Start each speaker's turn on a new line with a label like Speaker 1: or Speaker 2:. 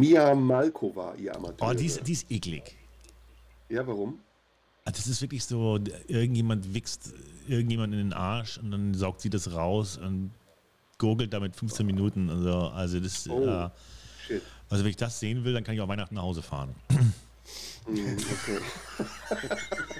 Speaker 1: Mia Malkova, ihr Amateur.
Speaker 2: Oh, die ist, die ist eklig.
Speaker 1: ja, warum?
Speaker 2: Ah, Das ist wirklich so, irgendjemand wichst irgendjemand in den Arsch und dann saugt sie das raus und gurgelt damit 15 Minuten. Also, also das,
Speaker 1: Oh.
Speaker 2: äh,
Speaker 1: Shit.
Speaker 2: also wenn ich das sehen will, dann kann ich auch Weihnachten nach Hause fahren.
Speaker 1: Hm, okay.